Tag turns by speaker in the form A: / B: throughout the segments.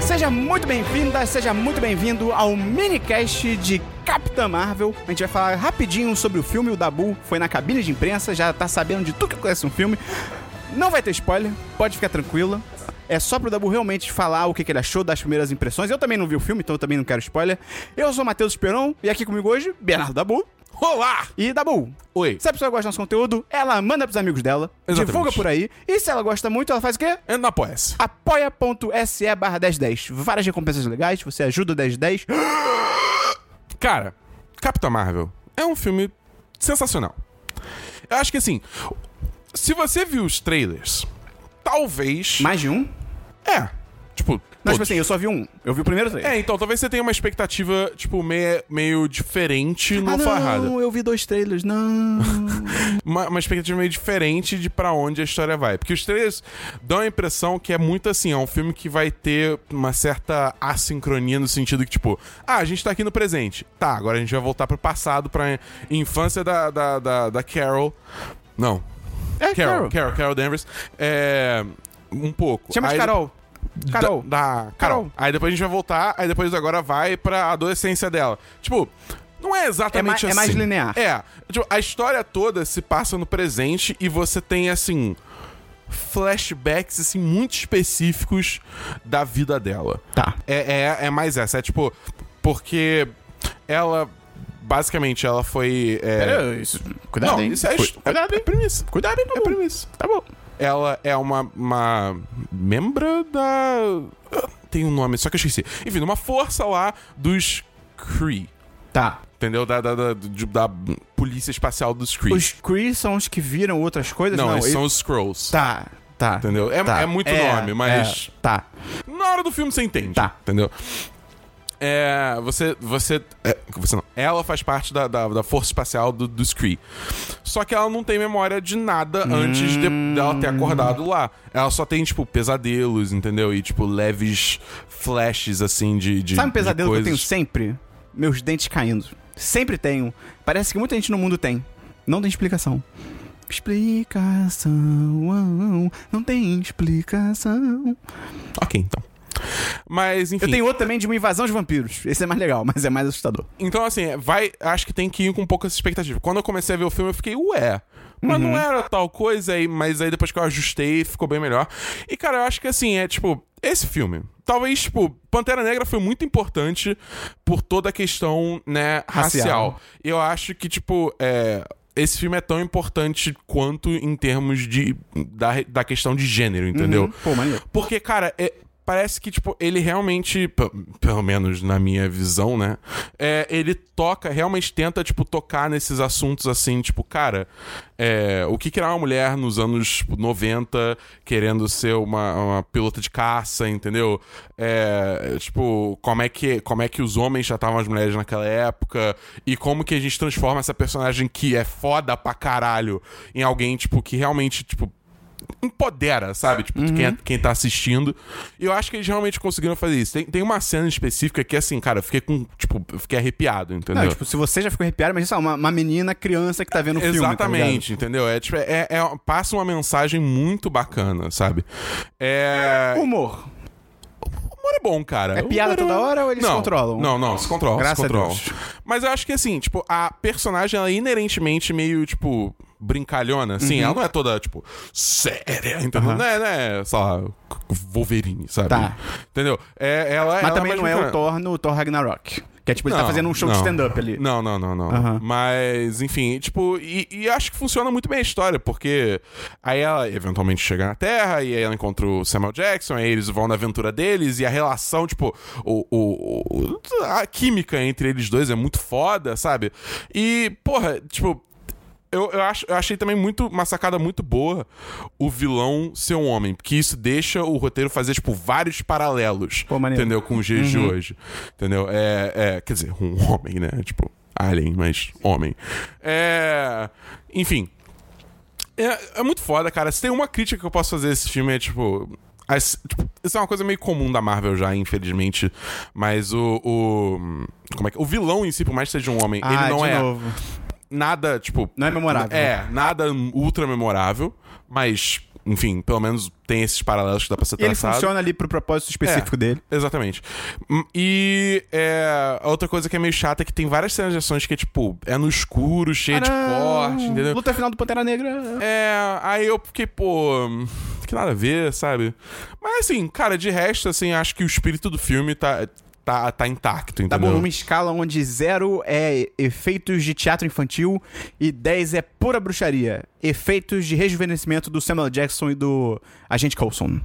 A: Seja muito bem-vinda, seja muito bem-vindo ao minicast de Capitã Marvel. A gente vai falar rapidinho sobre o filme. O Dabu foi na cabine de imprensa, já tá sabendo de tudo que acontece no filme. Não vai ter spoiler, pode ficar tranquila. É só pro Dabu realmente falar o que, que ele achou das primeiras impressões. Eu também não vi o filme, então eu também não quero spoiler. Eu sou o Matheus Esperon e aqui comigo hoje, Bernardo Dabu.
B: Olá!
A: E Dabu,
B: Oi.
A: se a pessoa gosta do nosso conteúdo, ela manda pros amigos dela,
B: Exatamente.
A: divulga por aí. E se ela gosta muito, ela faz o quê?
B: Anda é na poesia.
A: apoia.se barra 1010. Várias recompensas legais, você ajuda o 1010.
B: Cara, Capitã Marvel é um filme sensacional. Eu acho que assim, se você viu os trailers, talvez.
A: Mais de um?
B: É. Tipo.
A: Não,
B: todos.
A: tipo assim, eu só vi um. Eu vi o primeiro trailer.
B: É, então, talvez você tenha uma expectativa, tipo, meio, meio diferente
A: ah,
B: no
A: não,
B: Farrada.
A: eu vi dois trailers, não.
B: Uma, uma expectativa meio diferente de pra onde a história vai. Porque os trailers dão a impressão que é muito assim, é um filme que vai ter uma certa assincronia no sentido que, tipo, ah, a gente tá aqui no presente. Tá, agora a gente vai voltar pro passado, pra infância da, da, da, da Carol. Não.
A: É,
B: Carol, Carol, Carol Danvers. É. Um pouco.
A: Chama de
B: Aí-
A: Carol. Carol.
B: da, da- Carol.
A: Carol.
B: Aí depois a gente vai voltar, aí depois agora vai pra adolescência dela. Tipo, não é exatamente
A: É ma- é
B: assim.
A: mais linear.
B: É. Tipo, a história toda se passa no presente e você tem, assim, flashbacks, assim, muito específicos da vida dela.
A: Tá.
B: É, é, é mais essa. É tipo, porque ela, basicamente, ela foi... é,
A: Cuidado,
B: Não,
A: hein?
B: isso é,
A: Cu-
B: histó- é, é premissa.
A: Cuidado, hein,
B: É
A: Dabu.
B: premissa.
A: Tá bom.
B: Ela é uma, uma membra da. Tem um nome, só que eu esqueci. Enfim, uma força lá dos Kree.
A: Tá.
B: Entendeu? Da, da, da, de- da polícia espacial dos Kree.
A: Os Kree são os que viram outras coisas?
B: não,
A: Não,
B: eles
A: e-
B: são os Scrolls.
A: Tá, tá.
B: Entendeu? É,
A: tá.
B: é muito nome, mas.
A: é, tá.
B: Na hora do filme você entende.
A: Tá.
B: Entendeu? É, você. Você. é, você não. Ela faz parte da, da, da força espacial do, dos Kree. Só que ela não tem memória de nada antes de-
A: Hum.
B: dela ter acordado lá. Ela só tem, tipo, pesadelos, entendeu? E, tipo, leves flashes, assim, de. de
A: Sabe um
B: de
A: pesadelo que eu tenho
B: coisas.
A: sempre? Meus dentes caindo. Sempre tenho. Parece que muita gente no mundo tem. Não tem explicação. Explicação. Não tem explicação.
B: Ok, então. Mas, enfim.
A: Eu tenho outro também de uma invasão de vampiros. Esse é mais legal, mas é mais assustador.
B: Então, assim, é, vai. Acho que tem que ir com um pouco essa expectativa. Quando eu comecei a ver o filme, eu fiquei, ué. Mas não era tal coisa, aí, mas aí depois que eu ajustei, ficou bem melhor. E, cara, eu acho que assim, é tipo, esse filme. Talvez, tipo, Pantera Negra foi muito importante por toda a questão, né,
A: Racial.
B: racial. Eu acho que, tipo, é, Esse filme é tão importante quanto em termos de, da, da questão de gênero, entendeu?
A: Uhum. Pô, maneiro.
B: Porque, cara, é- parece que, tipo, ele realmente, pe- pelo menos na minha visão, né? é, ele toca, realmente tenta, tipo, tocar nesses assuntos assim, tipo, cara, é, o que que era uma mulher nos anos tipo, 90 querendo ser uma, uma pilota de caça, entendeu? É, tipo, como é, que, como é que os homens tratavam as mulheres naquela época e como que a gente transforma essa personagem que é foda pra caralho em alguém, tipo, que realmente, tipo, empodera, sabe? Tipo,
A: Uhum.
B: quem, quem tá assistindo. E eu acho que eles realmente conseguiram fazer isso. Tem, tem uma cena específica que, assim, cara, eu fiquei com, tipo, eu fiquei arrepiado, entendeu?
A: Não, tipo, se você já ficou arrepiado, mas uma, uma menina criança que tá vendo o filme. tá ligado?
B: Exatamente, entendeu? É, tipo, é, é- passa uma mensagem muito bacana, sabe? É. O
A: Humor.
B: humor é bom, cara.
A: É piada
B: Humor
A: toda hora ou eles
B: não,
A: se controlam?
B: Não, não, se controlam.
A: Graças
B: se
A: a
B: controlam.
A: Deus.
B: Mas eu acho que assim, tipo, a personagem ela é inerentemente meio, tipo, brincalhona, assim.
A: Uhum.
B: Ela não é toda, tipo, séria, entendeu? Não é, não é, sei lá, Wolverine, sabe?
A: Tá.
B: Entendeu? É, ela,
A: Mas
B: ela
A: também
B: mais
A: não é o
B: brincalhona.
A: Thor no Thor Ragnarok. Que é tipo, ele tá
B: Não,
A: fazendo um show de
B: não.
A: stand-up ali.
B: Não, não, não, não. Mas, enfim, tipo, e, e acho que funciona muito bem a história, porque aí ela eventualmente chega na Terra, e aí ela encontra o Samuel Jackson, aí eles vão na aventura deles, e a relação, tipo, o, o- o- a química entre eles dois é muito foda, sabe? E, porra, tipo. Eu, eu, acho, eu achei também muito uma sacada muito boa o vilão ser um homem, porque isso deixa o roteiro fazer, tipo, vários paralelos.
A: Pô, maneiro. Uhum.
B: Entendeu? Com os dias de hoje. Entendeu? É, é, quer dizer, um homem, né? Tipo, alien, mas homem. É. Enfim. É, é muito foda, cara. Se tem uma crítica que eu posso fazer a esse filme é, tipo. as- tipo, isso é uma coisa meio comum da Marvel já, infelizmente. Mas o. o como é que. O vilão em si, por mais que seja um homem,
A: Ah,
B: ele não
A: de
B: é
A: novo.
B: nada, tipo.
A: Não é memorável.
B: É, nada ultra memorável, mas Enfim, pelo menos tem esses paralelos que dá pra ser
A: E ele
B: traçado.
A: funciona ali pro propósito específico
B: É.
A: dele.
B: Exatamente. Hum, E é, a outra coisa que é meio chata é que tem várias cenas de ações que é tipo, é no escuro, cheio
A: Ah,
B: de corte, entendeu?
A: Luta final do Pantera Negra.
B: É, aí eu fiquei, pô, hum, que nada a ver, sabe? Mas assim, cara, de resto, assim, acho que o espírito do filme tá, tá, tá intacto,
A: Tá bom,
B: entendeu?
A: numa escala onde zero é efeitos de teatro infantil e 10 é pura bruxaria. Efeitos de rejuvenescimento do Samuel Jackson e do Agente Coulson.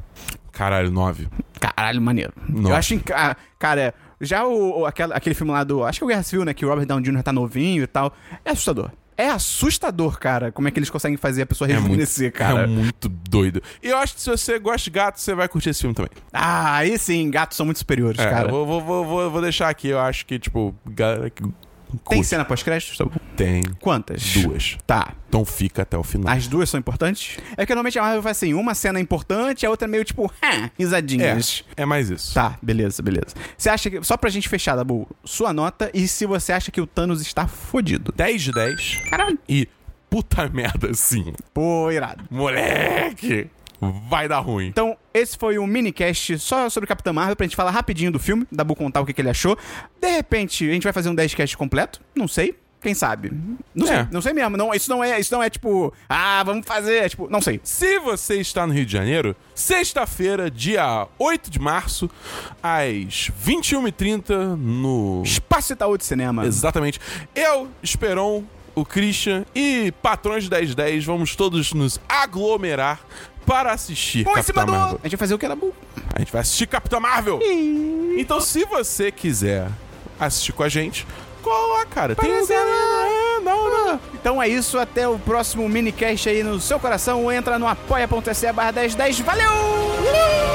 B: Caralho, nove.
A: Caralho, maneiro. Eu
B: Nossa.
A: acho enca- Cara, já o, o- aquela- aquele filme lá do. Acho que é o Guerra Civil, né? Que o Robert Downey Jr. tá novinho e tal. É assustador. É assustador, cara, como é que eles conseguem fazer a pessoa
B: É muito,
A: rejuvenescer, cara.
B: é muito doido. E eu acho que se você gosta de gato, você vai curtir esse filme também.
A: Ah, aí sim, gatos são muito superiores,
B: É,
A: cara.
B: eu vou, vou, vou, vou- vou deixar aqui, eu acho que, tipo, galera que.
A: Tem
B: curte,
A: cena pós-créditos? Tá bom.
B: tem
A: Quantas?
B: duas.
A: Tá.
B: Então fica até o final.
A: As duas são importantes? É que normalmente a Marvel faz assim, uma cena é importante, a outra é meio tipo, "Hã",
B: É,
A: risadinhas.
B: é mais isso.
A: Tá, beleza, beleza. Você acha que. Só pra gente fechar, Dabu, sua nota e se você acha que o Thanos está fodido.
B: 10 de 10.
A: Caralho.
B: E puta merda, sim.
A: Pô, irado.
B: Moleque! Vai dar ruim.
A: Então, esse foi um minicast só sobre Capitã Marvel, pra gente falar rapidinho do filme, Dabu contar o que, que ele achou. De repente, a gente vai fazer um 10cast completo? Não sei. Quem sabe? Não sei,
B: É.
A: não sei mesmo. Não, isso não é, isso não é tipo, ah, vamos fazer, é tipo, não sei.
B: Se você está no Rio de Janeiro, sexta-feira, dia 8 de março, às 21h30, no.
A: Espaço Itaú de cinema.
B: Exatamente. Eu, Esperon, o Christian e patrões de 1010 vamos todos nos aglomerar para assistir
A: Bom, Um em
B: Capitã
A: cima do... A
B: Marvel.
A: gente vai fazer o que, Dabu?
B: A gente vai assistir Capitã Marvel. Então, se você quiser assistir com a gente, cola lá, cara. Tem
A: Parece-
B: é, não, não.
A: Então é isso, até o próximo minicast aí no seu coração. Entra no apoia.se barra 1010. Valeu!